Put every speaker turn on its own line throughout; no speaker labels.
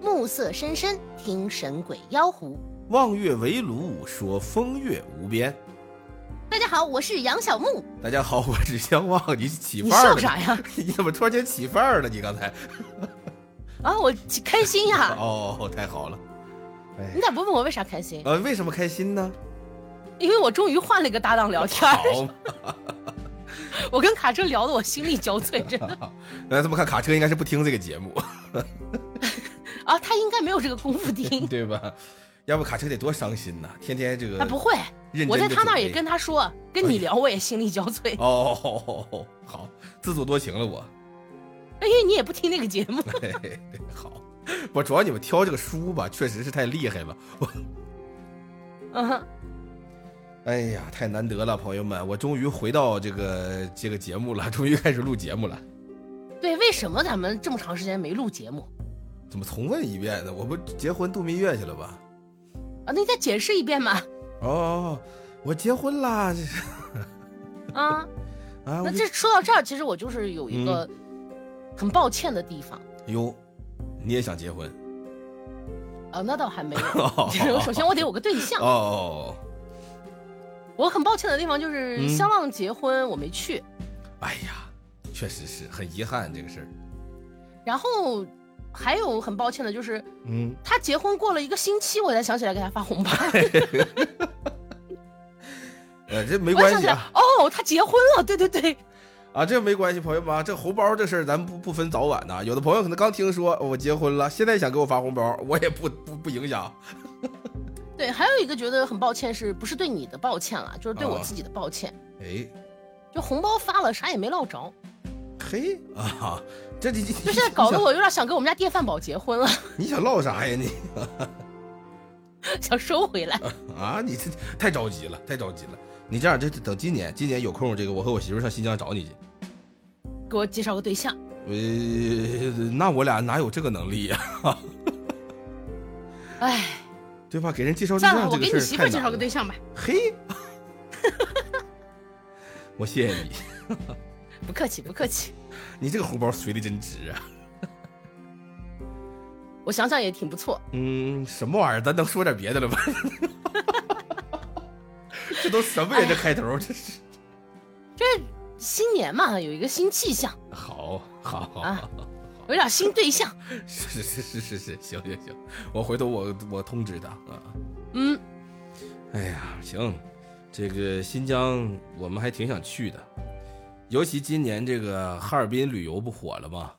暮色深深，听神鬼妖狐。
望月为炉，说风月无边。
大家好，我是杨小木。
大家好，我是相望，你起
你
范儿
笑
了？
啥呀？
你怎么突然间起范儿了？你刚才
啊，我开心呀、
哦，太好了。哎
你，咋不问我为啥开心？
呃，为什么开 心呢？
因为我终于换了一个搭档聊天儿。
好，
我跟卡车聊的我心力交瘁， 真的
那这么看，卡车应该是不听这个 节目，
啊，他应该没有这个功夫听，
对吧？要不卡车得多伤心呐、天天这个
他不会。
呃认真地
我在他那儿也
准备
跟他说，跟
哎
你聊我也心力交瘁，
哦，好，自作多情了我。
因为哎你也不听那个节目。
嘿嘿嘿好，我主要你们挑这个书吧，确实是太厉害了。
嗯哼，
哎呀，太难得了，朋友们，我终于回到这个这个节目了，终于开始录节目了。
对，为什么咱们这么长时间没录节目
怎么重问一遍呢？我不结婚度蜜月去了吧？
啊？那你再解释一遍嘛。
哦，我结婚啦！这 是
啊，
啊，
那
我
这说到这儿，其实我就是有一
嗯
个很抱歉的地方
哟，你也想结婚？
啊，那倒还没 有。
哦
就是我首先我得有个对象，
哦，
我很抱歉的地方就是
嗯
相浪结婚我没去，
哎呀，确实是很遗憾这个事儿。
然后还有很抱歉的就是
嗯，
他结婚过了一个星期，我才想起来给他发 红包。
呃，这没
我
关
想起
系
来
啊，，
哦，他结婚了，对对对，
啊，这没关系，朋友们啊，这红包这事儿咱不不分早晚呐、有的朋友可能刚听说哦我结婚了，现在想给我发红包，我也不不不影响。
对，还有一个觉得很抱歉，是不是对你的抱歉了，就是对我
啊
自己的抱歉，
哎，
就红包发了啥也没落着，
嘿啊，这你你
就 现在搞得我有点想跟我们家电饭煲结婚了，
你想唠啥呀你？
想收回来。
啊，你这太着急了，太着急了。你这样，这这等今年，今年有空，这个我和我媳妇上新疆找你去。
给我介绍个对象，
呃，那我俩哪有这个能力呀、
哎，
对吧？给人介绍对
算了，
象
我
这个
给
事
你
儿
媳妇儿
太
介
难
绍个
了
对象吧，
嘿， 我谢谢你，
不客气不客气，
你这个红包随的真值啊。
我想想也挺不错，
嗯，什么玩意儿？咱能说点别的了吧？ 这都什么呀？这开头，这是
新年嘛有一个新气象
好，好，好，
啊，有点新对 象，
是是是是是，行行行，我回头我我通知他啊。
嗯，
哎呀，行，这个新疆我们还挺想去的，尤其今年这个哈尔滨旅游不火了吗？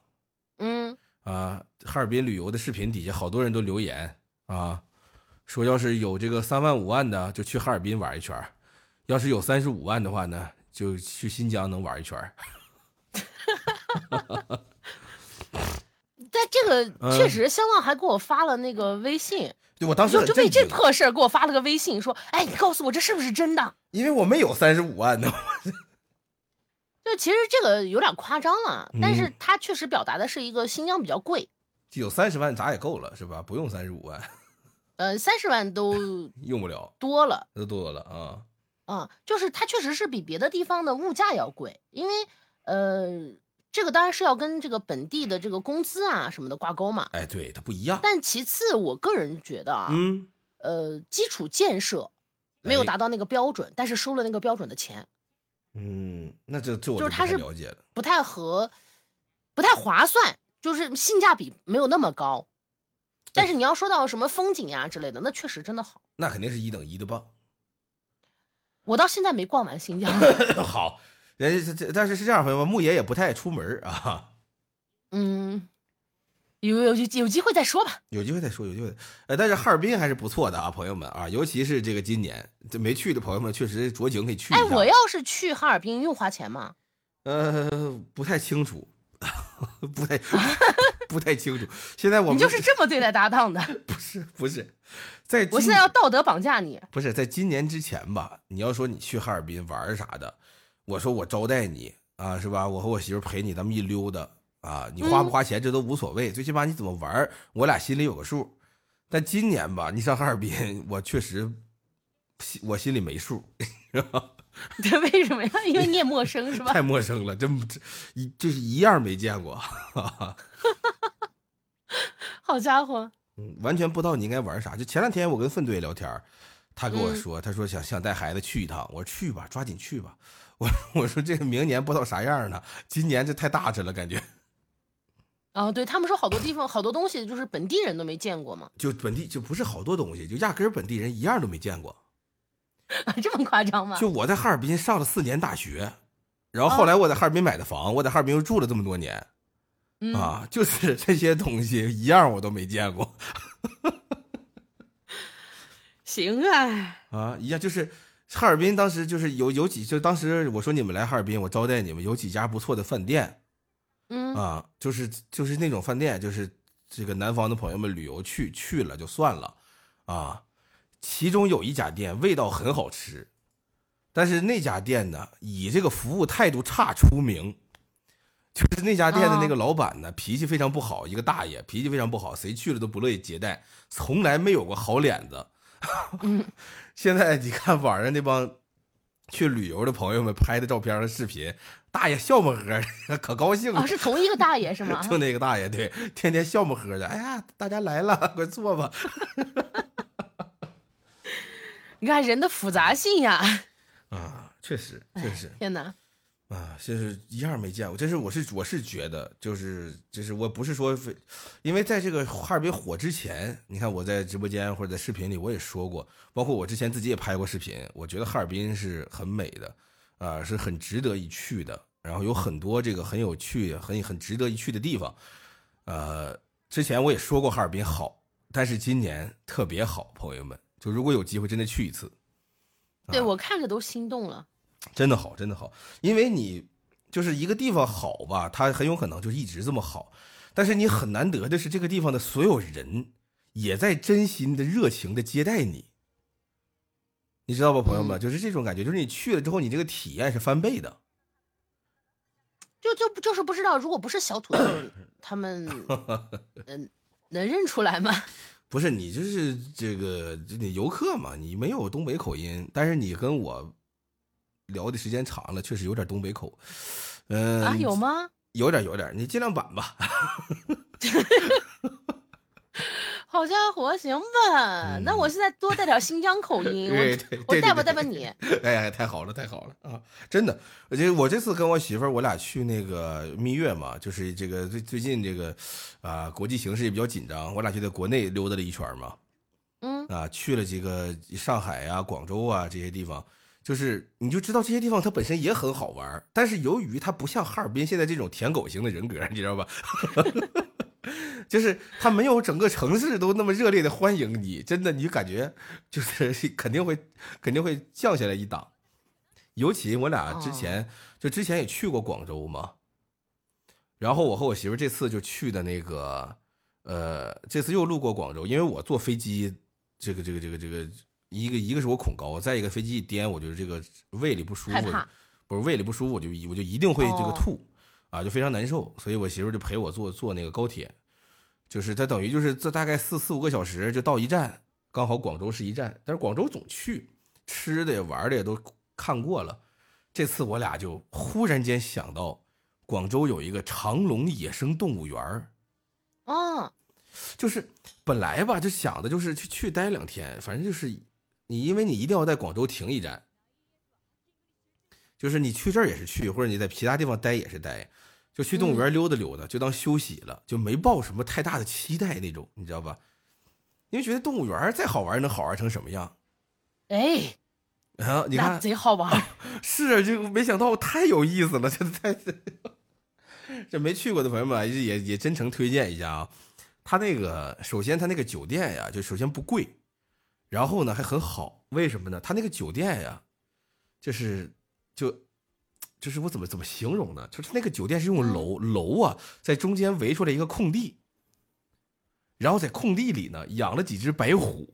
嗯，
啊，哈尔滨旅游的视频底下好多人都留言啊，说要是有这个三万五万的，就去哈尔滨玩一圈儿；要是有三十五万的话呢，就去新疆能玩一圈儿。
但这个
嗯啊
确实，相浪还给我发了那个微信，
对我当时
就
很
就为
震
这
惊，
破事儿给我发了个微信，说，哎，你告诉我这是不是真的？
因为我没有三十五万呢。
就其实这个有点夸张了，但是
嗯
他确实表达的是一个新疆比较贵，
就有三十万咱也够了，是吧？不用三十五万，
呃，三十万都
用不了，
多了
那多了啊。
啊、就是它确实是比别的地方的物价要贵，因为呃，这个当然是要跟这个本地的这个工资啊什么的挂钩嘛。
哎，对，它不一样。
但其次，我个人觉得啊，
嗯，
呃，基础建设没有
哎
达到那个标准，但是收了那个标准的钱，
嗯，那这这我
就是
不
它
太
是
了解了。
不太合，不太划算，就是性价比没有那么高。但是你要说到什么风景呀、之类的，那确实真的好。
那肯定是一等一的棒。
我到现在没逛完新疆，
好，人家这这，但是是这样，朋友们，牧野也不太爱出门儿啊。
嗯，有有有有机会再说吧。
有机会再说，有机会再。呃，但是哈尔滨还是不错的啊，朋友们啊，尤其是这个今年，这没去的朋友们确实酌情可以去一
哎，
下。
我要是去哈尔滨用花钱吗？
呃不太清楚， 不太 不太清楚。现在我们
你就是这么对待搭档的，
不是不是，在
我
今
现在要道德绑架你。
不是在今年之前吧？你要说你去哈尔滨玩儿啥的，我说我招待你啊，是吧？我和我媳妇陪你，咱们一溜达啊，你
嗯
花不花钱这都无所谓，最起码你怎么玩儿，我俩心里有个数。但今年吧，你上哈尔滨，我确实心我心里没数，
对，为什么呀？因为你也陌生是吧？
太陌生了，真不这一就是一样没见过。
好家伙，
嗯，完全不知道你应该玩啥。就前两天我跟粪队聊天儿，他跟我说，他说想想带孩子去一趟，我说去吧，抓紧去吧。我我说 这个明年不知道啥样呢，今年这太大致了，感觉
啊，对他们说好多地方好多东西就是本地人都没见过嘛，
就本地就不是好多东西，就压根儿本地人一样都没见过。
啊，这么夸张吗？
就我在哈尔滨上了四年大学，然后后来我在哈尔滨买的房，我在哈尔滨又住了这么多年，
嗯
啊，就是这些东西一样我都没见过。
行啊，
啊，一样就是哈尔滨当时就是有有几，就当时我说你们来哈尔滨，我招待你们，有几家不错的饭店
嗯
啊，就是就是那种饭店，就是这个南方的朋友们旅游去去了就算了啊，其中有一家店味道很好吃，但是那家店呢以这个服务态度差出名。就是那家店的那个老板呢，脾气非常不好，一个大爷脾气非常不好，谁去了都不乐意接待，从来没有过好脸子。 现在你看网上那帮去旅游的朋友们拍的照片和视频，大爷笑呵呵的，可高兴了
啊，。是同一个大爷
？
是吗啊
就那个大爷，对，天天笑呵呵的。哎呀，大家来了，快坐吧。
你看人的复杂性呀，
啊，确实，确实
天哪，
啊，就是一样没见过。这是我是我是觉得，就是就是我不是说非，因为在这个哈尔滨火之前，你看我在直播间或者在视频里我也说过，包括我之前自己也拍过视频，我觉得哈尔滨是很美的，啊、是很值得一去的。然后有很多这个很有趣、很很值得一去的地方。呃，之前我也说过哈尔滨好，但是今年特别好，朋友们，就如果有机会真的去一次，
对我看着都心动了，
真的好，真的好，因为你就是一个地方好吧，它很有可能就一直这么好，但是你很难得的是这个地方的所有人也在真心的、热情的接待你，你知道吧，朋友
嗯
们，就是这种感觉，就是你去了之后，你这个体验是翻倍的。
就就就是不知道，如果不是小土豆，他 们嗯能认出来吗？
不是你就是这个就你游客嘛，你没有东北口音，但是你跟我聊的时间长了，确实有点东北口，嗯、
啊，有吗？
有点有点，你尽量板吧。
好家伙，行吧，那我现在多带点新疆口 音，
嗯对对
我
对
我带
对
吧
对
带吧你，
哎，太好了，太好了啊！真的，我这我这次跟我媳妇儿，我俩去那个蜜月嘛，就是这个最最近这个啊、国际形势也比较紧张，我俩就在国内溜达了一圈嘛，
嗯
啊，去了这个上海啊、广州啊这些地方，就是你就知道这些地方它本身也很好玩儿，但是由于它不像哈尔滨现在这种舔狗型的人格，你知道吧？ 就是它没有整个城市都那么热烈的欢迎你，真的你感觉就是肯定会肯定会降下来一档。尤其我俩之前就之前也去过广州嘛，然后我和我媳妇儿这次就去的那个，呃，这次又路过广州，因为我坐飞机，这个这个这个这个，一个一个是我恐高，再一个飞机一颠，我就是这个胃里不舒服
害怕，
不是胃里不舒服，我就一我就一定会这个
哦
吐，啊，就非常难受，所以我媳妇儿就陪我坐坐那个高铁，就是她等于就是这大概四四五个小时就到一站，刚好广州是一站，但是广州总去，吃的也玩的也都看过了，这次我俩就忽然间想到，广州有一个长隆野生动物园儿
哦，
就是本来吧就想的就是去去待两天，反正就是你因为你一定要在广州停一站，就是你去这儿也是去，或者你在其他地方待也是待，就去动物园溜达溜达，就当休息了，就没抱什么太大的期待那种，你知道吧？因为觉得动物园儿再好玩儿能好玩儿成什么样
哎，
啊？你
那
看
贼好玩 儿，
是，这个没想到太有意思了， 这太这没去过的朋友们啊也也真诚推荐一下啊。他那个首先他那个酒店呀，就首先不贵，然后呢还很好，为什么呢？他那个酒店呀，就是就就是我怎么怎么形容呢？就是那个酒店是用楼楼啊，在中间围出来一个空地，然后在空地里呢养了几只白虎。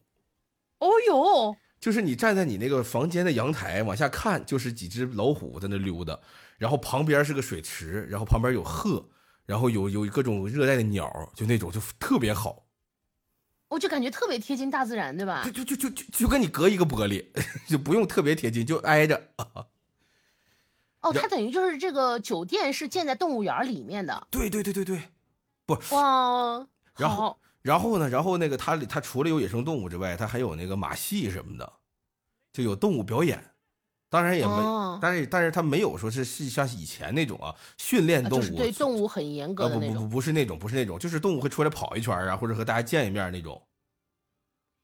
哦呦，
就是你站在你那个房间的阳台往下看，就是几只老虎在那溜达，然后旁边是个水池，然后旁边有鹤，然后有有各种热带的鸟，就那种就特别好，
我就感觉特别贴近大自然，对吧
就？就就就就就跟你隔一个玻璃， 就不用特别贴近，就挨着。
哦，
然
它等于就是这个酒店是建在动物园儿里面的，
对对对对对，
哇，哦
然后
好
然后呢，然后那个它里它除了有野生动物之外，它还有那个马戏什么的，就有动物表演。当然也没，
哦
但是但是它没有说是是像以前那种啊，训练
啊
动物，
就是对动物很严格
呃
的
不
那
不
种哦
不不是那种不是那种，就是动物会出来跑一圈啊，或者和大家见一面那种，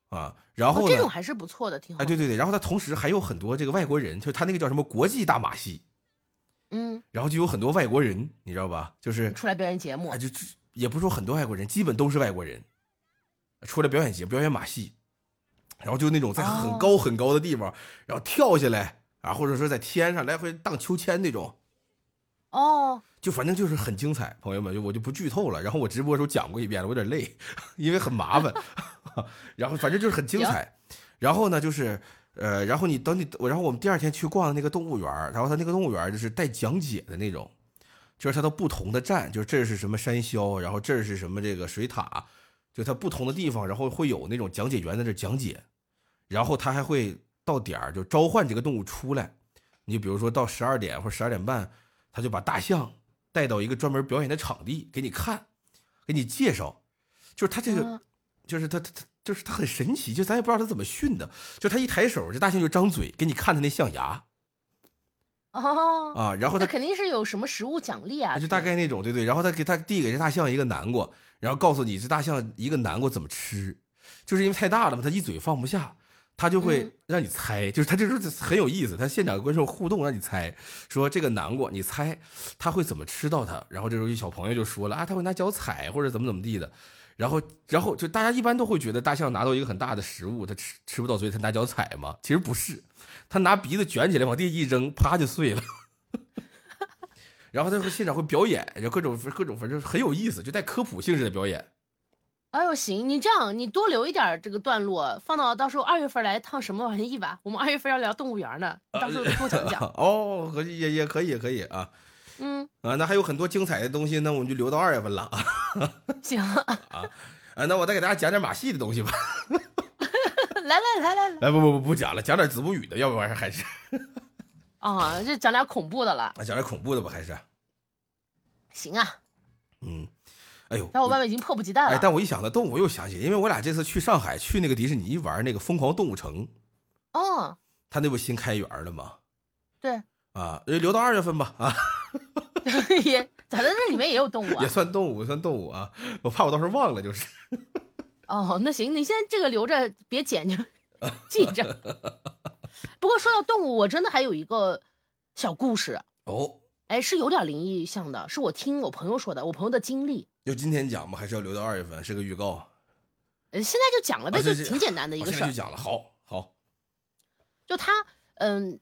啊，然
哦
后呢
这，种还是不错的，挺好
哎
的。
对对对，然后它同时还有很多这个外国人，就是它那个叫什么国际大马戏，
嗯，
然后就有很多外国人，你知道吧？就是
出来表演节目
啊，就就也不是说很多外国人，基本都是外国人，出来表演节表演马戏，然后就那种在很
哦
高很高的地方，然后跳下来啊，或者说在天上来回荡秋千那种，
哦，
就反正就是很精彩，朋友们，就我就不剧透了。然后我直播的时候讲过一遍了，我有点累， 因为很麻烦。 然后反正就是很精彩。然后呢，就是呃，然后你等你，然后我们第二天去逛那个动物园儿，然后它那个动物园儿就是带讲解的那种，就是它到不同的站，就是这是什么山魈，然后这是什么这个水塔，就它不同的地方，然后会有那种讲解员在这讲解，然后他还会到点儿就召唤这个动物出来。你比如说到十二点或者十二点半，他就把大象带到一个专门表演的场地给你看，给你介绍，就是他这个，
嗯
就是他他他就是他很神奇，就咱也不知道他怎么训的，就他一抬手，这大象就张嘴给你看他那象牙
哦，
啊，然后
那
他
肯定是有什么食物奖励啊之类的，
就大概那种，对对，然后他给他递给这大象一个南瓜，然后告诉你这大象一个南瓜怎么吃，就是因为太大了嘛，他一嘴放不下，他就会
嗯
让你猜，就是他这就是很有意思，他现场跟观众互动让你猜，说这个南瓜你猜他会怎么吃到它，然后这时候一小朋友就说了啊，他会拿脚踩或者怎么怎么地的。然后，然后就大家一般都会觉得大象拿到一个很大的食物，它吃吃不到嘴，它拿脚踩嘛。其实不是，它拿鼻子卷起来往地一扔，啪就碎了。 然后他会现场会表演，就各种各种，反正很有意思，就带科普性质的表演。
哎呦，行，你这样，你多留一点儿这个段落，放到到时候二月份来一趟什么玩意吧。我们二月份要聊动物园呢，
啊
你到时候给我讲讲。
哦，可以也也可以也可以啊
嗯，
啊，那还有很多精彩的东西，那我们就留到二月份了啊
行，
啊，那我再给大家讲点马戏的东西吧。
来来来来来，
哎，不不不不讲了，讲点子不语的，要不然还是
啊，这讲点恐怖的了。
啊讲点恐怖的吧，还是
行啊，
嗯，哎呦，
小伙伴们已经迫不及待
哎，
了。
但我一想到动物，我又想起，因为我俩这次去上海去那个迪士尼玩那个疯狂动物城，
哦，
它那不新开园了吗？
对，
啊，呃留到二月份吧啊，
也咱在这里面也有动物
也
啊。
算动物，也算动物啊，我怕我到时候忘了，就是。
哦，那行，你先这个留着，别剪 着，记着。不过说到动物，我真的还有一个小故事，
哦，
哎，是有点灵异像的，是我听我朋友说的，我朋友的经历。
就今天讲吗？还是要留到二月份？是个预告。
呃，现在就讲了呗，
啊
就
这这
挺简单的一
我
个
现
事
在
儿
就。讲了，好，好，
就他，嗯，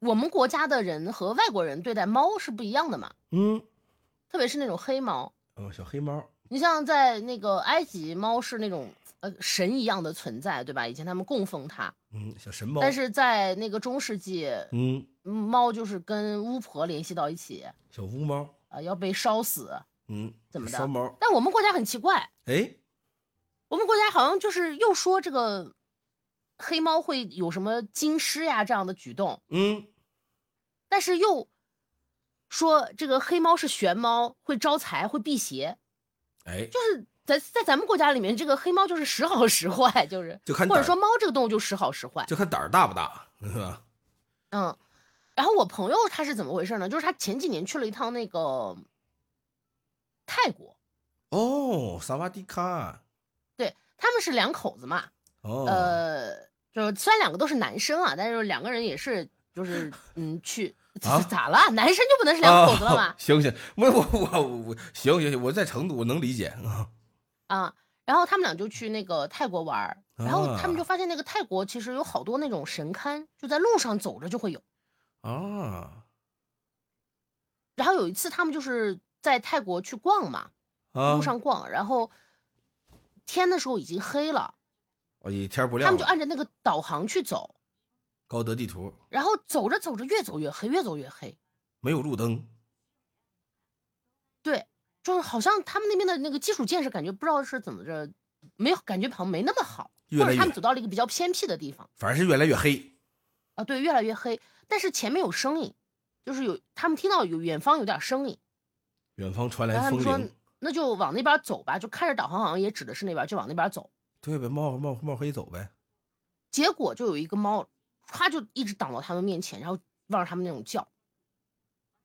我们国家的人和外国人对待猫是不一样的嘛，
嗯，
特别是那种黑猫。
哦，小黑猫，
你像在那个埃及，猫是那种呃神一样的存在，对吧？以前他们供奉它，
嗯，小神猫，
但是在那个中世纪，
嗯，
嗯猫就是跟巫婆联系到一起，
小乌猫，
呃，要被烧死。
嗯，
怎么的
小双猫，
但我们国家很奇怪，
哎，
我们国家好像就是又说这个黑猫会有什么惊尸呀这样的举动，
嗯，
但是又说这个黑猫是玄猫，会招财，会辟邪，
哎，
就是在在咱们国家里面，这个黑猫就是时好时坏，就是
就看
或者
胆儿
说猫这个动物就时好时坏，
就看胆儿大不大，是吧？
嗯。然后我朋友他是怎么回事呢？就是他前几年去了一趟那个泰国，
哦，萨瓦迪卡，
对他们是两口子嘛，
哦，
呃，就是虽然两个都是男生啊，但是两个人也是就是嗯去。
啊
咋了？男生就不能是两口子了吗？
啊行行，我我我我行行行，我在成都，我能理解 啊。
啊，然后他们俩就去那个泰国玩儿，然后他们就
啊
发现那个泰国其实有好多那种神龛，就在路上走着就会有。
啊
然后有一次他们就是在泰国去逛嘛，
啊！
路上逛，然后天的时候已经黑了，
哎，天儿不
他
亮
们就
了，
按着那个导航去走，
高德地图
然后走着走着越走越黑，越走越黑，
没有路灯，
对，就是好像他们那边的那个基础建设感觉不知道是怎么着，没有感觉好像没那么好，
越
或
来
者他
越
们走到了一个比较偏僻的地方。
反正是越来越黑。
啊，对，越来越黑，但是前面有声音，就是有他们听到有远方有点声音，
远方传
然后他
来风
们说
铃，
那就往那边走吧，就看着导航好像也指的是那边，就往那边走。
对呗，冒冒冒黑走呗。
结果就有一个猫，它就一直挡到他们面前，然后望着他们那种叫，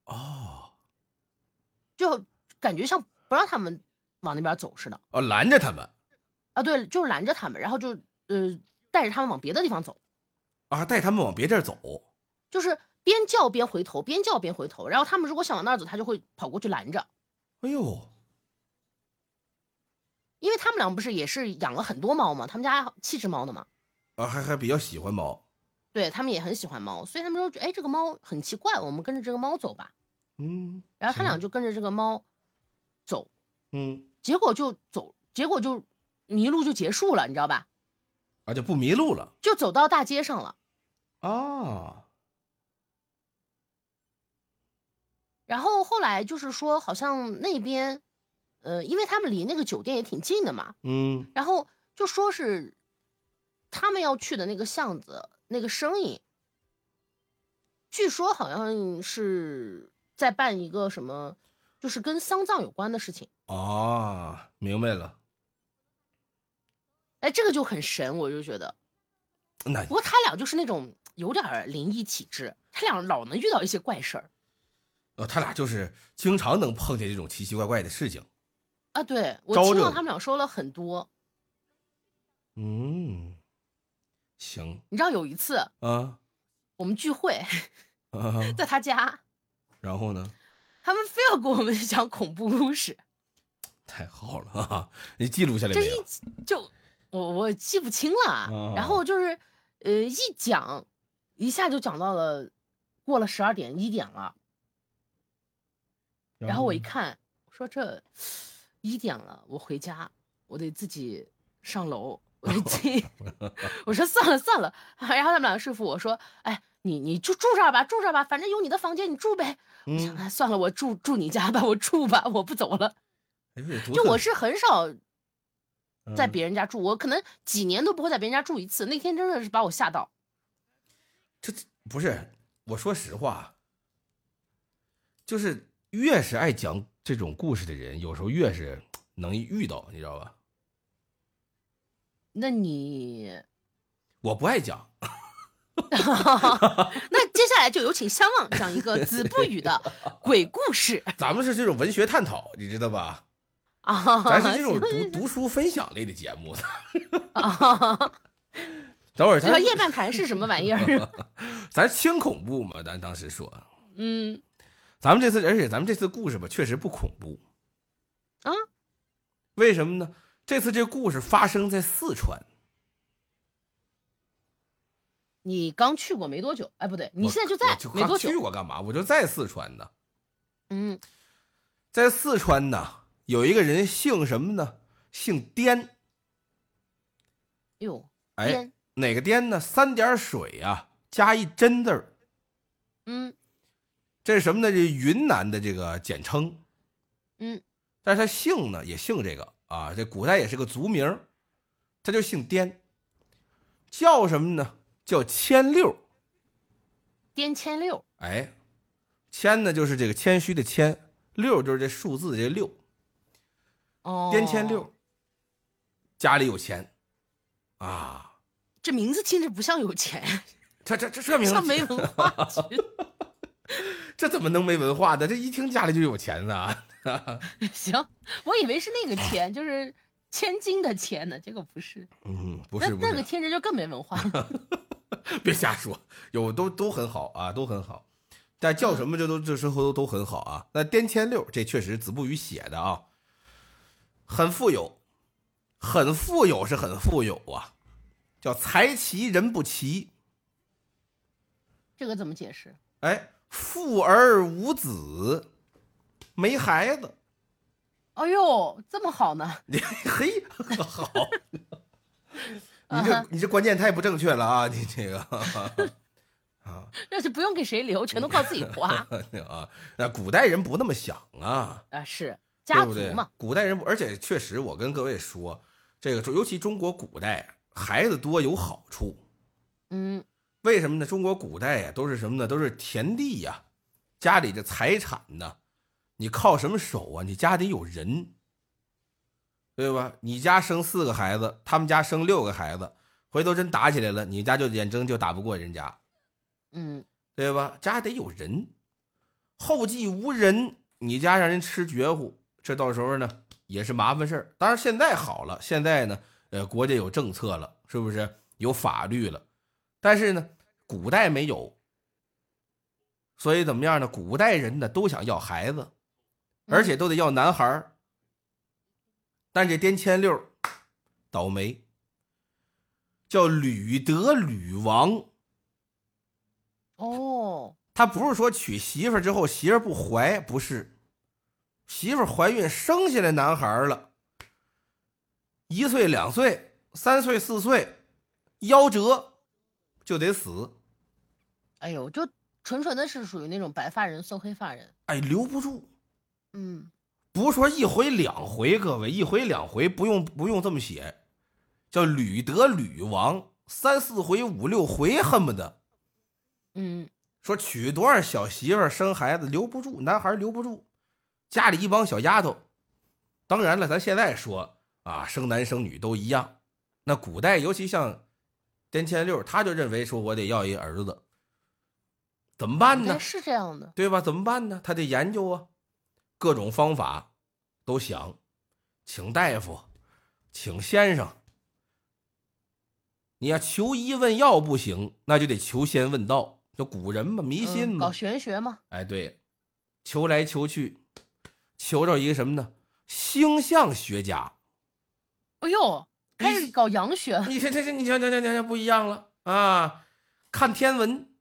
哦
就感觉像不让他们往那边走似的
哦，拦着他们
啊。对，就是拦着他们，然后就呃带着他们往别的地方走，
啊，带他们往别地儿走。
就是边叫边回头，边叫边回头。然后他们如果想往那儿走，它就会跑过去拦着，
哎呦，
因为他们俩不是也是养了很多猫嘛，他们家七只猫呢嘛。
啊，还还比较喜欢猫。
对他们也很喜欢猫，所以他们说，哎，这个猫很奇怪，我们跟着这个猫走吧。
嗯，
然后他俩
行
就跟着这个猫走，
嗯
结果就走，结果就迷路就结束了，你知道吧？
啊就不迷路了
就走到大街上了。
啊。
然后后来就是说，好像那边，呃，因为他们离那个酒店也挺近的嘛，
嗯
然后就说是他们要去的那个巷子，那个生意，据说好像是在办一个什么，就是跟丧葬有关的事情。
啊，明白了。
哎，这个就很神，我就觉得。
那
不过他俩就是那种有点儿灵异体质，他俩老能遇到一些怪事儿
呃，他俩就是经常能碰见这种奇奇怪怪的事情。
啊。对我
招
听到
惹
他们俩说了很多，
嗯，行
你知道有一次
啊
我们聚会
啊，
在他家，
然后呢？
他们非要给我们 讲恐怖故事，
太好了啊！你记录下来
这
没
一
有？
起就我我记不清了啊，然后就是呃一讲一下就讲到了过了十二点一点了，然后我一
呢
看，我说这一点了，我回家，我得自己上楼，我得进。 我说算了算了，然后他们俩说服我说，哎，你你就住这儿吧，住这儿吧，反正有你的房间，你住呗。我想，
嗯，
哎，算了，我住住你家吧，我住吧，我不走了。
哎有点独
就我
特
是很少在
嗯
别人家住，我可能几年都不会在别人家住一次。那天真的是把我吓到，
这这不是我说实话，就是越是爱讲这种故事的人，有时候越是能遇到，你知道吧？
那你，
我不爱讲，
那接下来就有请相望讲一个子不语的鬼故事
咱们是这种文学探讨，你知道吧？
啊，
咱是这种
行
读读书分享类的节目。
啊。
等会儿
这个
咱
夜半谈是什么玩意儿？
咱轻恐怖嘛，咱当时说，
嗯
咱们这次，而且咱们这次故事吧，确实不恐怖
啊。
为什么呢？这次这故事发生在四川，，
你刚去过没多久，哎，不对，你
我
现在就
我
在
就
没
刚
多久
去。过干嘛？我就在四川呢。
嗯，
在四川呢，有一个人姓什么呢？姓颠，
哟，
哎
颠，
哪个颠呢？三点水啊，加一真字儿，
嗯
这是什么呢？这云南的这个简称。
嗯，
但是他姓呢也姓这个啊，这古代也是个族名儿，他就姓颠，叫什么呢？叫千六。
颠千六，
哎，谦呢就是这个谦虚的谦，六就是这数字的这六，
哦，
颠谦六，，家里有钱啊。
这名字听着不像有 钱，
这这这这名字
像没文化。
这怎么能没文化的？这一听家里就有钱呢、 啊
行，我以为是那个钱，就是千金的钱呢，结果不是。
嗯，不
那
是不
那
是，
个听着就更没文化 了。
别瞎说，有都都很好啊，都很好。但叫什么这都这时候都都很好啊。那颠千六这确实子不语写的啊，很富有，很富有是很富有啊，叫财齐人不齐。
这个怎么解释？
哎，富而无子，没孩子。
哎呦，这么好呢？
你嘿，好，你
啊
这
哈
你这观念太不正确了啊！你这个 啊
那就不用给谁留，全都靠自己花
啊，那古代人不那么想啊，
啊！是
对
家
不
族
对
嘛？？
古代人不，而且确实，我跟各位说，这个尤其中国古代孩子多有好处，
嗯
为什么呢？中国古代呀、都是什么呢？都是田地呀、家里的财产呐、你靠什么手啊？你家里有人，对吧？你家生四个孩子，他们家生六个孩子，回头真打起来了，你家就眼睁就打不过人家，
嗯，
对吧？家还得有人，后继无人，你家让人吃绝户，这到时候呢也是麻烦事儿。当然现在好了，现在呢，呃，国家有政策了，是不是有法律了？但是呢，古代没有，所以怎么样呢？古代人呢都想要孩子，而且都得要男孩儿。但这颠千六倒霉，叫吕德吕王。
哦，
他不是说娶媳妇儿之后媳妇儿不怀，不是，媳妇儿怀孕生下来男孩儿了，一岁、两岁、三岁、四岁，夭折就得死，
哎呦，就纯纯的是属于那种白发人送黑发人，
哎，留不住。
嗯，
不是说一回两回，各位一回两回不用不用这么写，叫屡得屡亡，三四回五六回恨不得
嗯，
说娶多少小媳妇儿生孩子留不住，男孩儿留不住，家里一帮小丫头。当然了，咱现在说啊，生男生女都一样。那古代尤其像颠千六，他就认为说我得要一儿子，怎么办
应
呢
该？是这样的，
对吧？怎么办呢？他得研究啊，各种方法都想，请大夫，请先生。你要求医问药不行，那就得求仙问道，就古人嘛，迷信
嗯
嘛。
搞玄学嘛，
哎，对，求来求去，求着一个什么呢？星象学家。
哎呦，开始搞阳学了，
你这这这，你瞧瞧瞧瞧瞧，不一样了啊！看天文，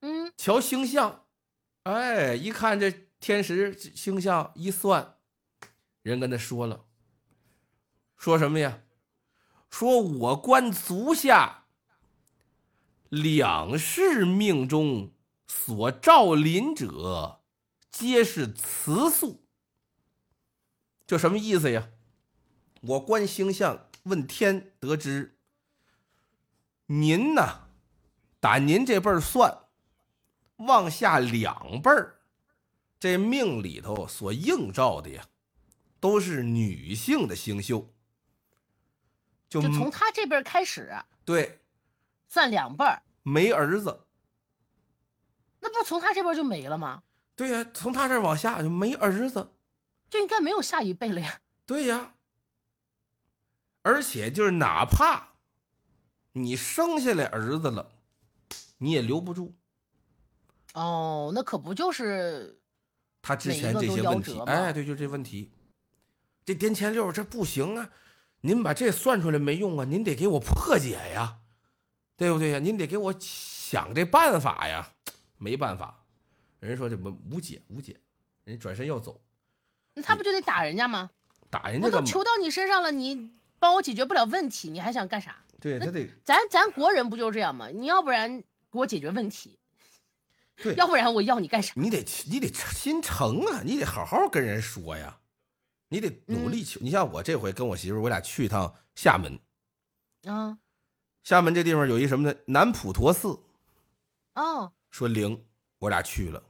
嗯，
瞧星象，哎，一看这天时星象一算，人跟他说了，说什么呀？说我观足下两世命中所照临者，皆是雌宿。这什么意思呀？我观星象，问天，得知您呐，打您这辈儿算，往下两辈儿，这命里头所映照的呀，都是女性的星宿，就
就
嗯
从他这边开始
对
算两辈儿，
没儿子，
那不从他这边就没了吗？
对呀、从他这儿往下就没儿子，
就应该没有下一辈了呀，
对呀、而且就是哪怕你生下来儿子了，你也留不住。
哦，那可不就是，
他之
每一
前
个
这
都
些
夭
问
折
题
吗，
哎，对，就这问题，这颠钱六这不行啊！您把这算出来没用啊，您得给我破解呀，对不对呀？您得给我想这办法呀，没办法，人说这么无解无解，人转身要走，
那
嗯
他不就得打人家吗？
打人家
我都
干嘛？
求到你身上了，你帮我解决不了问题，你还想干啥？
对他得
咱咱国人不就这样吗？你要不然给我解决问题，
对，
要不然我要你干啥？
你得你得心诚啊，你得好好跟人说呀，你得努力求。你像我这回跟我媳妇儿，我俩去一趟厦门，
啊
厦门这地方有一什么呢？南普陀寺。
哦，
说灵，我俩去了，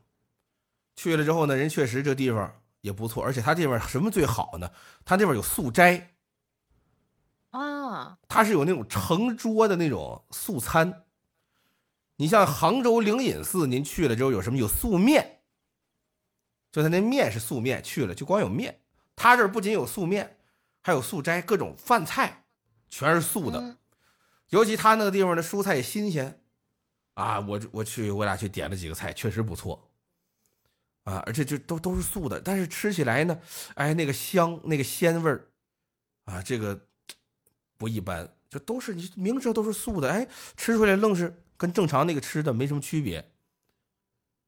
去了之后呢，人确实这地方也不错，而且他地方什么最好呢？他地方有素斋，
啊，
它是有那种成桌的那种素餐。你像杭州灵隐寺，您去了之后有什么？有素面，就他那面是素面，去了就光有面。他这儿不仅有素面，还有素斋，各种饭菜全是素的。
嗯
尤其他那个地方的蔬菜也新鲜，啊，我我去我俩去点了几个菜，确实不错，啊，而且就都都是素的，但是吃起来呢，哎，那个香那个鲜味儿，啊，这个不一般，就都是你明知道都是素的，哎，吃出来愣是跟正常那个吃的没什么区别，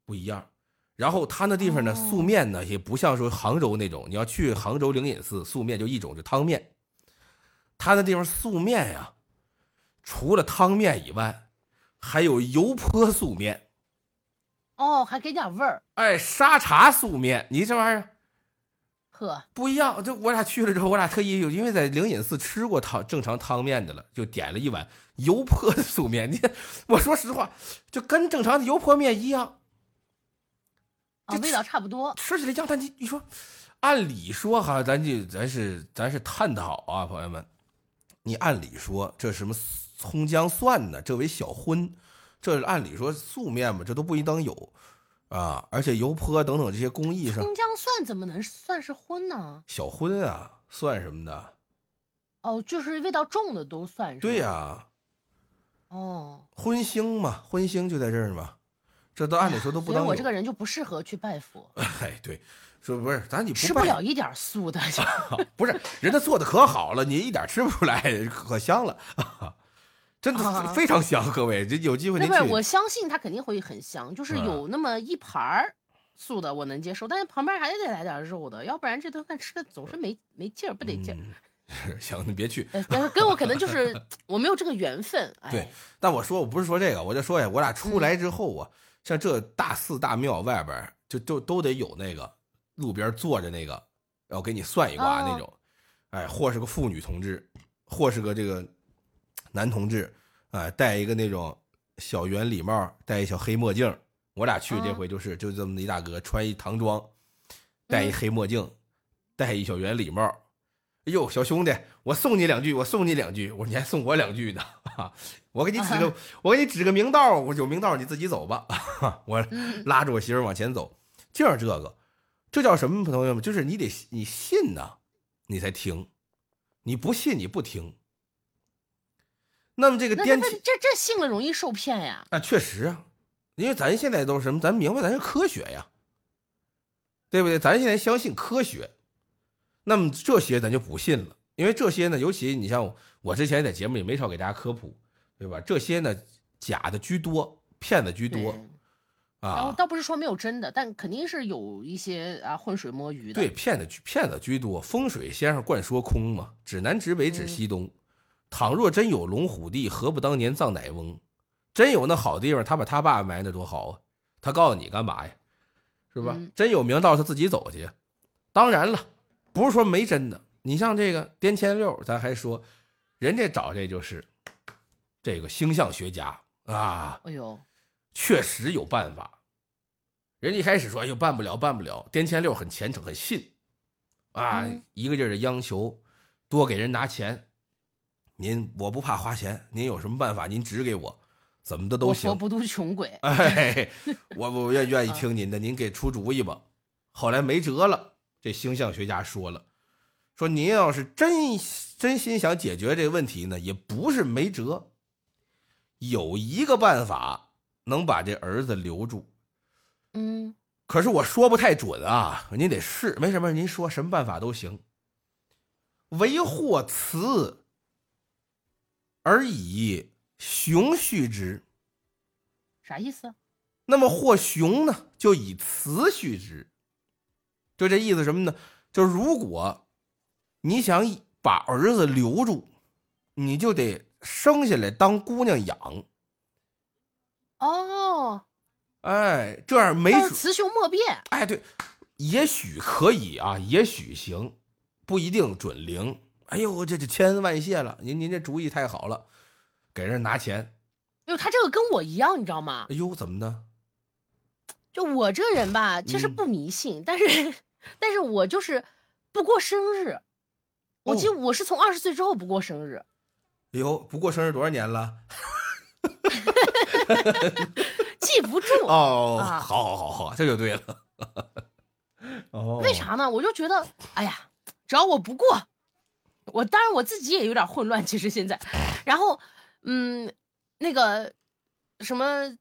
不一样。然后他那地方呢，
哦
素面呢也不像说杭州那种，你要去杭州灵隐寺，素面就一种，就汤面。他那地方素面呀、除了汤面以外，还有油泼素面，
哦，还给点味儿，
哎，沙茶素面，你这玩意儿
呵，
不一样。就我俩去了之后，我俩特意有因为在灵隐寺吃过汤正常汤面的了，就点了一碗油泼的素面。你 我说实话，就跟正常的油泼面一样，
啊，
这
哦味道差不多，
吃起来一样，但你你说，按理说哈，咱就咱是咱是探讨啊，朋友们，你按理说这什么葱姜蒜呢？这为小荤，这是按理说素面嘛，这都不应当有啊。而且油泼等等这些工艺上，
葱姜蒜怎么能算是荤呢？
小荤啊，蒜什么的，
哦，就是味道重的都算是。
对呀、
哦，
荤腥嘛，荤腥就在这儿嘛，这都按理说都不
所以
当有。
我这个人就不适合去拜佛，
哎，对，说不是，咱你
吃不
不拜
了一点素的。
不是，人家做的可好了，你一点吃不出来，可香了，真的
啊
非非常香。各位，这有机会
那
您
不是，我
去，
相信它肯定会很香，就是
嗯
有那么一盘儿素的我能接受，但是旁边还得来点肉的，要不然这顿饭吃的总是没没劲儿，不得劲儿。
嗯，是行，你别去。
呃但是跟我可能就是 我没有这个缘分。哎、
嗯
嗯
对，但我说我不是说这个，我就说呀，我俩出来之后啊，像这大寺大庙外边儿就就都得有那个路边坐着那个，然后给你算一卦那
哦
种，哎，或是个妇女同志，或是个这个男同志，哎，戴一个那种小圆礼帽，戴一小黑墨镜。我俩去这
嗯
回就是就这么一大哥，穿一唐装，戴一
嗯
黑墨镜，戴一小圆礼帽。哎呦，小兄弟，我送你两句，我送你两句，我说你还送我两句呢， 我给你指个，我给你指个明道，我有明道你自己走吧。 我
嗯
拉着我媳妇儿往前走，就是这个，这叫什么朋友们？就是你得你信呐、你才听，你不信你不听。那么这个
那
颠
这
起
这这信了容易受骗呀。
啊，确实啊，因为咱现在都是什么？咱明白咱是科学呀，对不对？咱现在相信科学，那么这些咱就不信了，因为这些呢，尤其你像我，我之前在节目里没少给大家科普，对吧？这些呢，假的居多，骗子居多
对然后
啊，
倒不是说没有真的，但肯定是有一些啊浑水摸鱼的。
对，，骗子居骗子居多。风水先生惯说空嘛，指南指北指西东。
嗯
倘若真有龙虎地，何不当年葬乃翁？真有那好地方，他把他爸埋那多好啊！他告诉你干嘛呀？是吧？
嗯
真有明道，他自己走去。当然了，不是说没真的。你像这个颠千六，咱还说，人家找这就是这个星象学家啊，
哎呦，
确实有办法。人家一开始说：“哎呦，办不了，办不了。”颠千六很虔诚，很信，啊，
嗯
一个劲儿的央求，多给人拿钱。您我不怕花钱，您有什么办法您指给我，怎么的都
我佛
行。
不渡穷鬼。
哎，我我愿愿意听您的，您给出主意吧。后来没辙了，这星象学家说了，说您要是真真心想解决这个问题呢，也不是没辙，有一个办法能把这儿子留住。
嗯，
可是我说不太准啊，您得试，没什么，您说什么办法都行。为祸辞而以雄续之，
啥意思？
那么或雄呢，就以雌续之。就这意思什么呢？就如果你想把儿子留住，你就得生下来当姑娘养。
哦，
哎，这样没
要
准
是雌雄莫辨。
哎，对，也许可以啊，也许行，不一定准灵。哎呦，这就千恩万谢了，您您这主意太好了，给人拿钱。
哎呦，他这个跟我一样，你知道吗？
哎呦，怎么的？
就我这个人吧，其实
嗯
不迷信，但是， 但是我就是不过生日。我记得
哦
我是从二十岁之后不过生日，
哎呦，不过生日多少年了？
记不住。
哦，
啊
好好好好，这就对了。 哦，
为？啥呢？我就觉得，哎呀，只要我不过，我当然我自己也有点混乱，其实现在，然后，嗯，那个什么，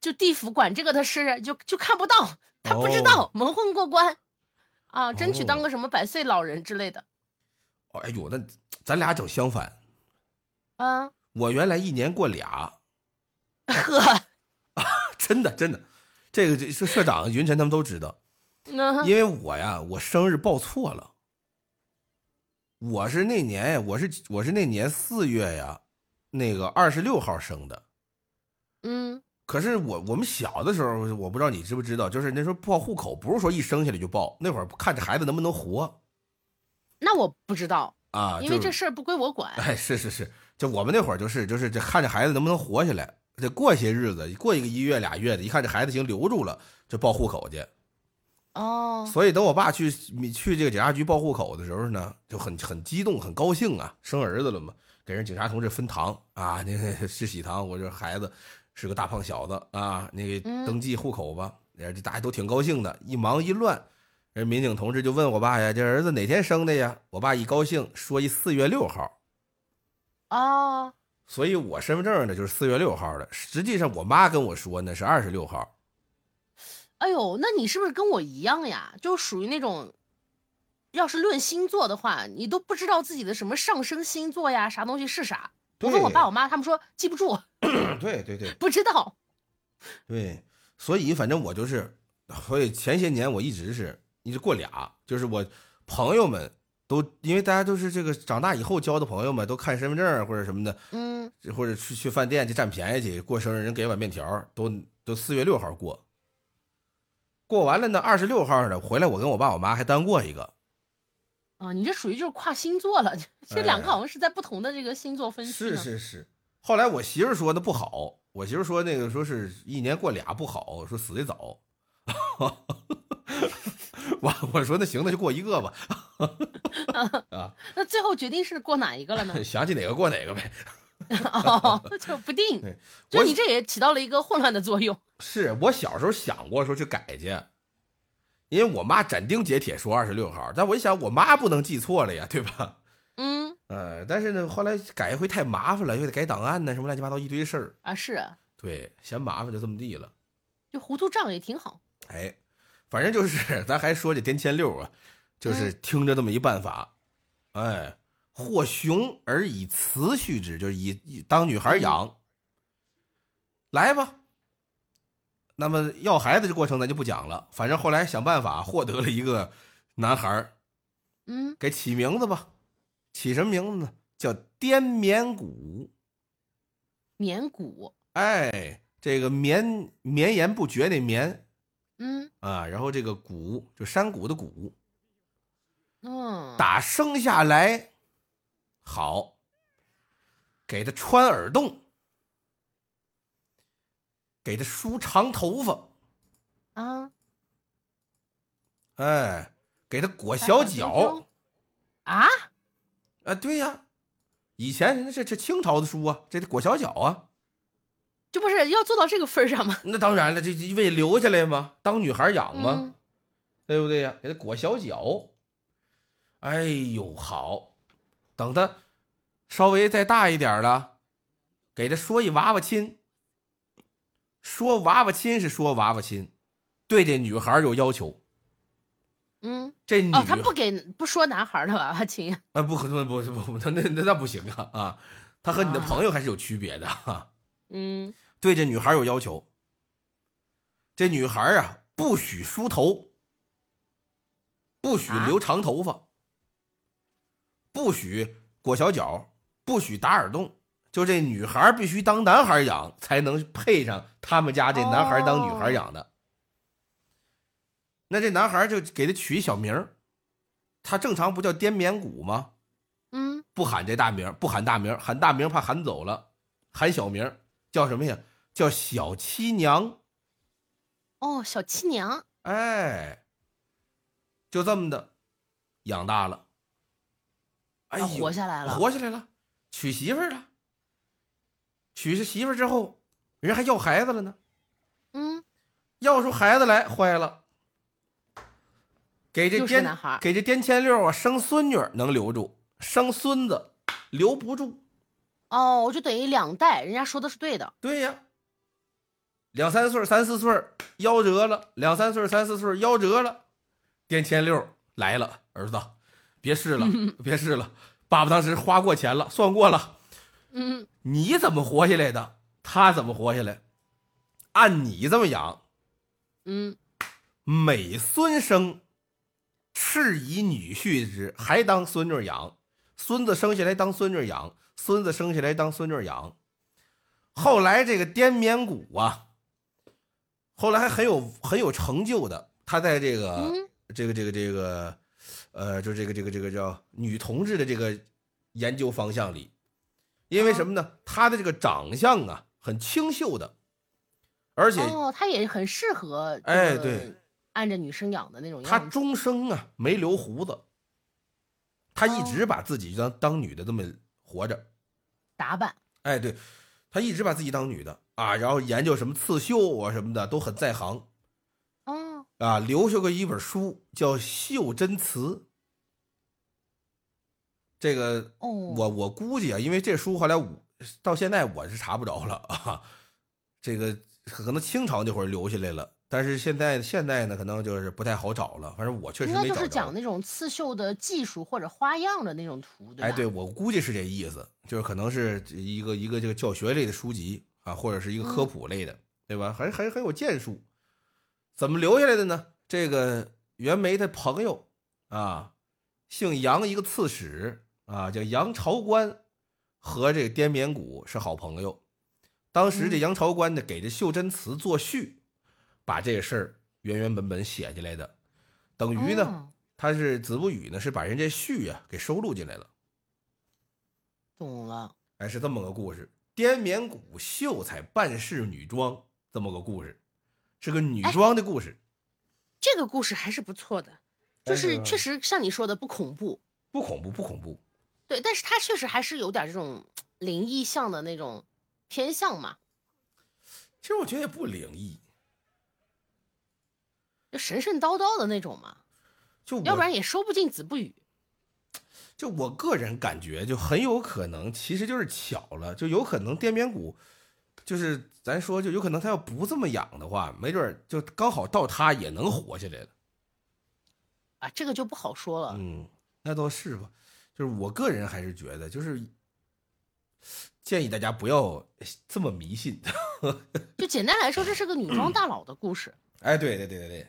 就地府管这个的事，就就看不到，他不知道，蒙混过关，啊，争取当
哦
个什么百岁老人之类的，
哎呦，那咱俩整相反。
啊，
我原来一年过俩，
呵，
真的真的，这个这社社长云晨他们都知道。
那
因为我呀，我生日报错了。我是那年，我是我是那年四月呀，那个二十六号生的。
嗯，
可是我我们小的时候，我不知道你知不知道，就是那时候报户口不是说一生下来就报，那会儿看这孩子能不能活
那我不知道，
啊。
因为
就
这事儿不归我管，
哎，是是是，就我们那会儿就是就是这看这孩子能不能活下来，得过些日子，过一个一月俩月的，一看这孩子行留住了，就报户口去。
哦，
所以等我爸去去这个警察局报户口的时候呢，就很很激动，很高兴啊，生儿子了嘛，给人警察同志分堂啊，那个是喜糖，我这孩子是个大胖小子啊，那个
嗯
登记户口吧，人家大家都挺高兴的，一忙一乱，人民警同志就问我爸呀，这儿子哪天生的呀？我爸一高兴说一四月六号，
哦，
所以我身份证呢就是四月六号的，实际上我妈跟我说呢是二十六号，
哎呦，那你是不是跟我一样呀？就属于那种，要是论星座的话，你都不知道自己的什么上升星座呀，啥东西是啥。我问我
对
爸我妈，他们说记不住，
对对对，
不知道。
对，所以反正我就是，所以前些年我一直是一直过俩，就是我朋友们都因为大家都是这个长大以后交的朋友们，都看身份证儿或者什么的，
嗯，
或者去去饭店去占便宜去过生日，人给碗面条儿，都都四月六号过。过完了呢，二十六号呢，回来我跟我爸我妈还单过一个，
啊，你这属于就是跨星座了， 这两个
哎
好像是在不同的这个星座分区
是
呢。
是是。后来我媳妇儿说那不好，我媳妇儿说那个说是一年过俩不好，说死的早。 我我说那行，那就过一个吧。 啊，？
那最后决定是过哪一个了呢
想起哪个过哪个呗。
哦， 就不定
哎对。
就
我
你这也起到了一个混乱的作用。
是我小时候想过说去改去，因为我妈斩钉截铁说二十六号，但我一想我妈不能记错了呀，对吧？
嗯
呃，但是呢，后来改一回太麻烦了，又得改档案呢，什么乱七八糟一堆事儿，
啊，是，
对，嫌麻烦就这么地了。
就糊涂账也挺好。
哎，反正就是咱还说这颠千六啊，就是听着这么一办法，哎，或雄而以雌续之，就是以以当女孩养，来吧。那么要孩子这过程咱就不讲了，反正后来想办法获得了一个男孩儿，
嗯，
给起名字吧，起什么名字呢？叫滇绵骨。
绵骨，
哎，这个绵绵延不绝那绵
嗯
啊，然后这个骨就山谷的谷，
嗯，
打生下来，好，给他穿耳洞，给他梳长头发，
啊
哎，给他裹小脚，
啊，
啊，对呀，以前这这清朝的书啊，这得裹小脚啊，
这不是要做到这个份儿上吗？
那当然了，这这为留下来嘛，当女孩养嘛，
嗯
对不对呀？给他裹小脚，哎呦好，等他稍微再大一点了，给他说一娃娃亲。说娃娃亲是说娃娃亲，对这女孩有要求。
嗯，
这女
哦，他不给不说男孩儿的娃娃亲，
啊不可不不不不，那那那那不行啊啊！他和你的
啊
朋友还是有区别的啊哈、
嗯，
对这女孩有要求。这女孩啊，不许梳头，不许
啊
留长头发，不许裹小脚，不许打耳洞。就这女孩必须当男孩养，才能配上他们家这男孩当女孩养的。那这男孩就给他取一小名儿他正常不叫滇缅骨吗？
嗯
不喊这大名儿，不喊大名儿，喊大名儿怕喊走了，喊小名儿叫什么呀？叫小七娘。
哦，小七娘，
哎，就这么的养大了。哎呦，
啊活下来了
活下来了，娶媳妇儿了。娶上媳妇儿之后，人还要孩子了呢。
嗯，
要出孩子来，坏了，给这
又是个
颠
男孩儿
给这颠千六啊，生孙女儿能留住，生孙子留不住。
哦，我就等于两代，人家说的是对的，
对呀，两三岁儿、三四岁儿夭折了，两三岁儿、三四岁儿夭折了，颠千六来了，儿子，别试了，别试了，爸爸当时花过钱了，算过了，
嗯，
你怎么活下来的？他怎么活下来？按你这么养，
嗯，
每孙生，是以女婿之，还当孙女养。孙子生下来当孙女养，孙子生下来当孙女养。后来这个滇缅骨啊，后来还很有很有成就的，他在这个、
嗯
这个这个这个，呃，就这个这个这个叫女同志的这个研究方向里，因为什么呢？他的这个长相啊很清秀的，而且
哦，他也很适合，
哎对，
按着女生养的那种
她
样子。
终生啊没留胡子，她一
哦
直把自己当当女的这么活着。
打扮，
哎，对，她一直把自己当女的啊，然后研究什么刺绣啊什么的都很在行
哦，
啊，留下过一本书叫《袖珍词》。这个
哦
我我估计啊，因为这书后来我到现在我是查不着了啊，这个可能清朝那会儿留下来了，但是现在现在呢，可能就是不太好找了。反正我确实
应该
没找
就
着。
是讲那种刺绣的技术或者花样的那种图，对吧？
哎，对，我估计是这意思，就是可能是一个一个这个教学类的书籍啊，或者是一个科
嗯
普类的，对吧？还还很有建树。怎么留下来的呢？这个袁枚的朋友啊，姓杨，一个刺史啊，叫杨朝官，和这个滇缅古是好朋友。当时这
嗯
杨朝官呢，给这袖珍词作序，把这个事儿原原本本写下来的。等于呢，
哦
他是子不语呢，是把人这序啊给收录进来了。
懂了。
哎，是这么个故事。滇缅古秀才办事女装这么个故事，是个
哎
女装的故事，
这个故事还是不错的，就
哎是
是
吧
确实像你说的不恐怖，
不恐怖，不恐怖。
对，但是它确实还是有点这种灵异向的那种偏向嘛，
其实我觉得也不灵异，
就神神叨叨的那种嘛，
就我
要不然也说不进子不语。
就我个人感觉，就很有可能其实就是巧了，就有可能滇缅古，就是咱说就有可能他要不这么养的话，没准儿就刚好到他也能活下来了。
啊，这个就不好说了。
嗯，那倒是吧。就是我个人还是觉得，就是建议大家不要这么迷信。
就简单来说，这是个女
嗯
装大佬的故事。
哎，对对对对对，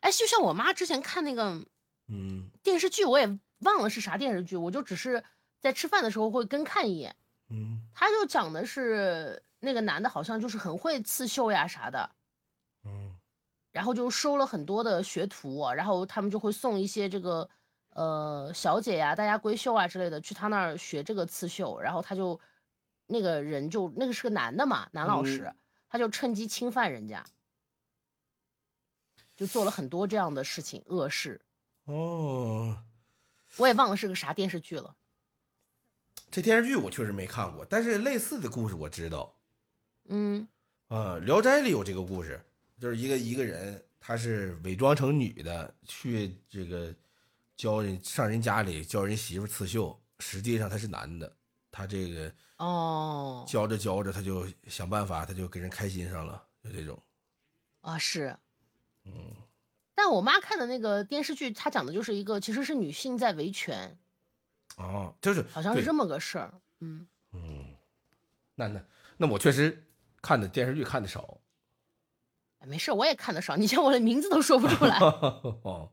哎，就像我妈之前看那个
嗯
电视剧，我也忘了是啥电视剧，我就只是在吃饭的时候会跟看一眼。
嗯。
她就讲的是那个男的，好像就是很会刺绣呀啥的，
嗯
然后就收了很多的学徒、啊然后他们就会送一些这个呃小姐呀、大家闺秀啊之类的去他那儿学这个刺绣，然后他就那个人就那个是个男的嘛，男老师，
嗯
他就趁机侵犯人家，就做了很多这样的事情恶事，
哦，
我也忘了是个啥电视剧了，
这电视剧我确实没看过，但是类似的故事我知道
嗯
啊，聊斋》里有这个故事，就是一个一个人他是伪装成女的去这个教人上人家里教人媳妇刺绣，实际上他是男的，他这个
哦
教着教着他就想办法，他就给人开心上了，就这种。
啊是，嗯。但我妈看的那个电视剧，她讲的就是一个其实是女性在维权，
哦，就是
好像是
对
这么个事儿。嗯，
那那那我确实看的电视剧看的少，
哎，没事儿，我也看得少，你像我的名字都说不出来。
哦，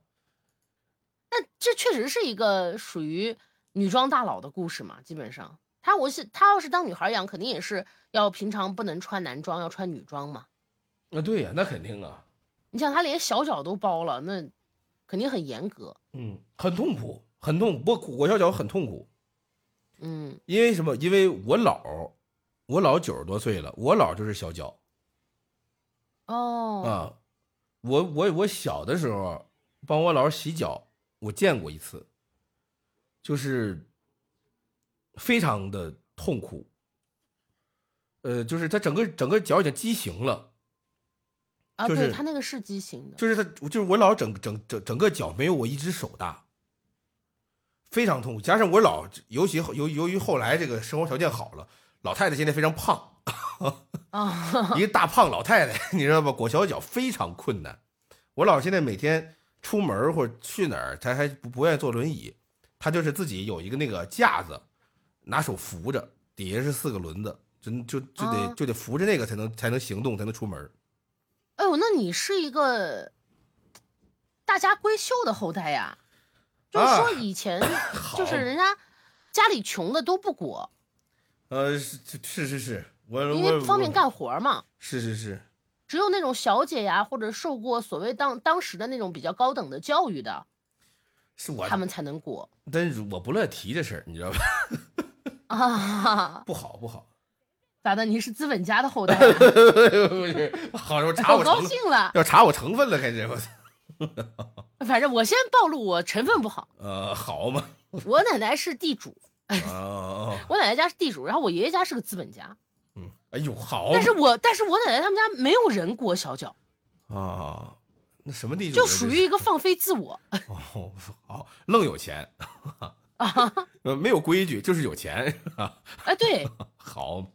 但这确实是一个属于女装大佬的故事嘛，基本上。她我是她要是当女孩儿养，肯定也是要平常不能穿男装，要穿女装嘛。
那对呀、那肯定啊，
你想她连小脚都包了，那肯定很严格。
嗯，很痛苦，很痛苦。我裹小脚很痛苦，
嗯，
因为什么？因为我姥儿，我姥九十多岁了，我姥就是小脚
哦，
啊。我我我小的时候帮我姥洗脚，我见过一次，就是非常的痛苦。呃，就是他整个整个脚已经畸形了，
啊，
就
对，
是
她那个是畸形的。
就是他就是我姥整整整整个脚没有我一只手大，非常痛苦。加上我姥，尤其后由由于后来这个生活条件好了，老太太现在非常胖，
啊，
一个大胖老太太，你 知道吧？裹小脚非常困难。我姥现在每天出门儿或者去哪儿，她还不不愿意坐轮椅，她就是自己有一个那个架子，拿手扶着，底下是四个轮子，就就就得
啊
就得扶着那个才能才能行动，才能出门儿。
哎呦，那你是一个大家闺秀的后代呀？就是
啊
说以前就是
好
人家家里穷的都不裹，
呃，是是是是，我
因为
呃我
不方便
我
干活儿嘛。
是是是，
只有那种小姐呀，或者受过所谓当当时的那种比较高等的教育的，
是我
他们才能裹
但是我不乐意提这事儿，你知道吧？
啊。
不好不好，
咋的？你是资本家的后代啊、
不是，好，我查
我
我
高
成
兴啊了，
要查我成分了，开始我操，
反正我先暴露我成分不好。
呃，好嘛，
我奶奶是地主，
哦，
我奶奶家是地主，然后我爷爷家是个资本家。
嗯，哎呦，好嘛
但是我但是我奶奶他们家没有人裹小脚，
啊，那什么地主
就
呢
属
这
于一个放飞自我。
哦，好，愣有钱
啊
呃，没有规矩，就是有钱，啊
哎， 对，
好嘛，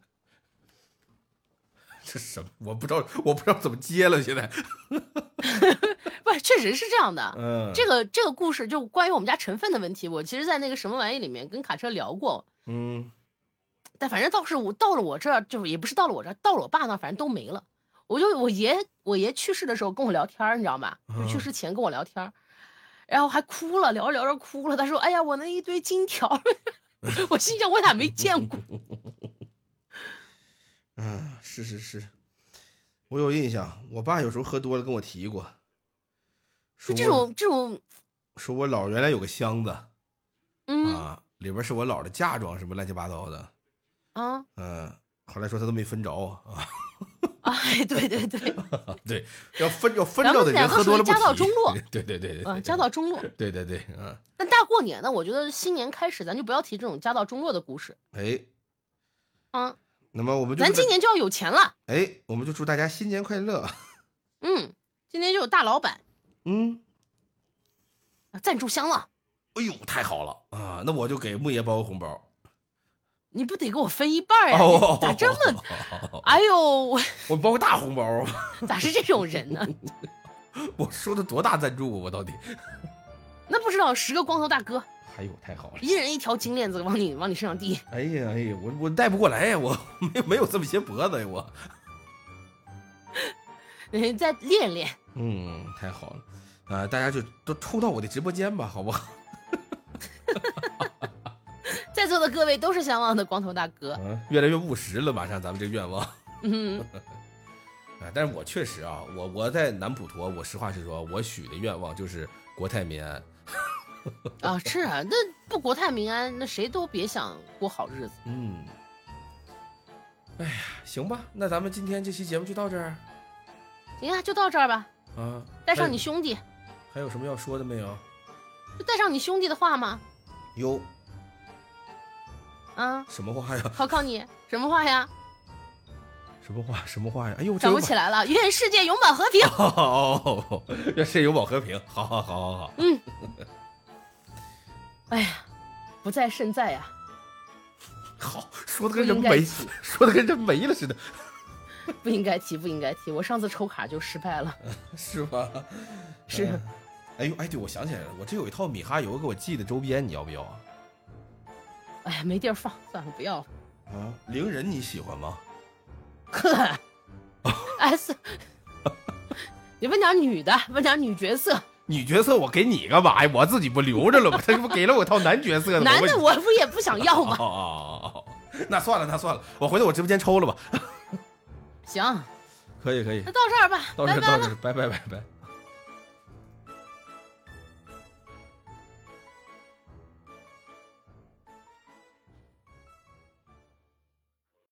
这什么？我不知道，我不知道怎么接了，现在，
不，确实是这样的。
嗯，
这个这个故事就关于我们家成分的问题，我其实，在那个什么玩意里面跟卡车聊过，
嗯，
但反正倒是我到了我这儿，就也不是到了我这儿，到了我爸那儿，反正都没了。我就我爷我爷去世的时候跟我聊天儿，你知道吧？就去
嗯
世前跟我聊天儿，然后还哭了，聊着聊着哭了。他说：“哎呀，我那一堆金条儿。” 我心想我咋没见过？
嗯，是是是，我有印象，我爸有时候喝多了跟我提过，
就
说
这
我
种这种，
说我姥儿原来有个箱子
嗯
啊，里边是我姥儿的嫁妆，什么乱七八糟的，
啊
嗯，后来说他都没分着啊，
哎，对对对，
对，要分要分
咱
着
们
的
俩
人
都
喝
属
多
于
了不
家道
提
中落
对对对对，
啊，
对
家道中落。
对对对，嗯，
但大过年的，我觉得新年开始，咱就不要提这种家道中落的故事
哎，
啊。
那么我们就
咱
祝大
今年就要有钱了，
哎，我们就祝大家新年快乐，
嗯，今年就有大老板啊
嗯，
赞助商了，
哎呦，太好了啊，那我就给木爷包个红包，
你不得给我分一半儿呀？
哦
你咋这么？
么？
哎呦，我
我包个大红包，
咋是这种人呢？
我说的多大赞助啊，我到底？
那不知道十个光头大哥，
哎呦，太好了！
一人一条金链子往你往你身上递，
哎呀哎呀，我我带不过来呀，我没有没有这么些脖子呀，我。
你再练练。
嗯，太好了，啊、大家就都冲到我的直播间吧，好不好？
在座的各位都是相望的光头大哥，
嗯、 越来越务实了，马上咱们这个愿望。
嗯，
啊，但是我确实啊，我我在南普陀，我实话实说，我许的愿望就是国泰民安。
啊是啊，那不国泰民安，那谁都别想过好日子。
嗯，哎呀，行吧，那咱们今天这期节目就到这儿
行啊，就到这儿吧，
啊。
带上
还
你兄弟，
还有什么要说的没有？
就带上你兄弟的话嘛，
有
啊。
什么话呀？
考考你什么话呀？
什么话？什么话呀？哎呦，这
想
有
不
保
起来了。愿世界永保和平。
哦哦哦 哦 哦，要是有保和平，好好好好好，
哎呀，不在胜在呀、
好，说的跟人
不应该
没，
提
说的跟人没了似的，
不应该提，不应该提。我上次抽卡就失败了。
是吧？
是，
哎呦，哎，对，我想起来了，我这有一套米哈游给我寄的周边，你要不要啊？
哎呀，没地儿放，算了，不要了。
啊，灵人你喜欢吗？
哎，是， 你问点女的，问点女角色，
女角色我给你干嘛呀？我自己不留着了吗？他 不给了我套男角色的吗，
男的
我
我不也不想要
哦
吗？
哦哦哦哦，那算了，那算了，我回头我直播间抽了吧。
行，
可以可以
那，到这儿吧，
到
拜
这
拜
到
了。
这，拜拜拜拜。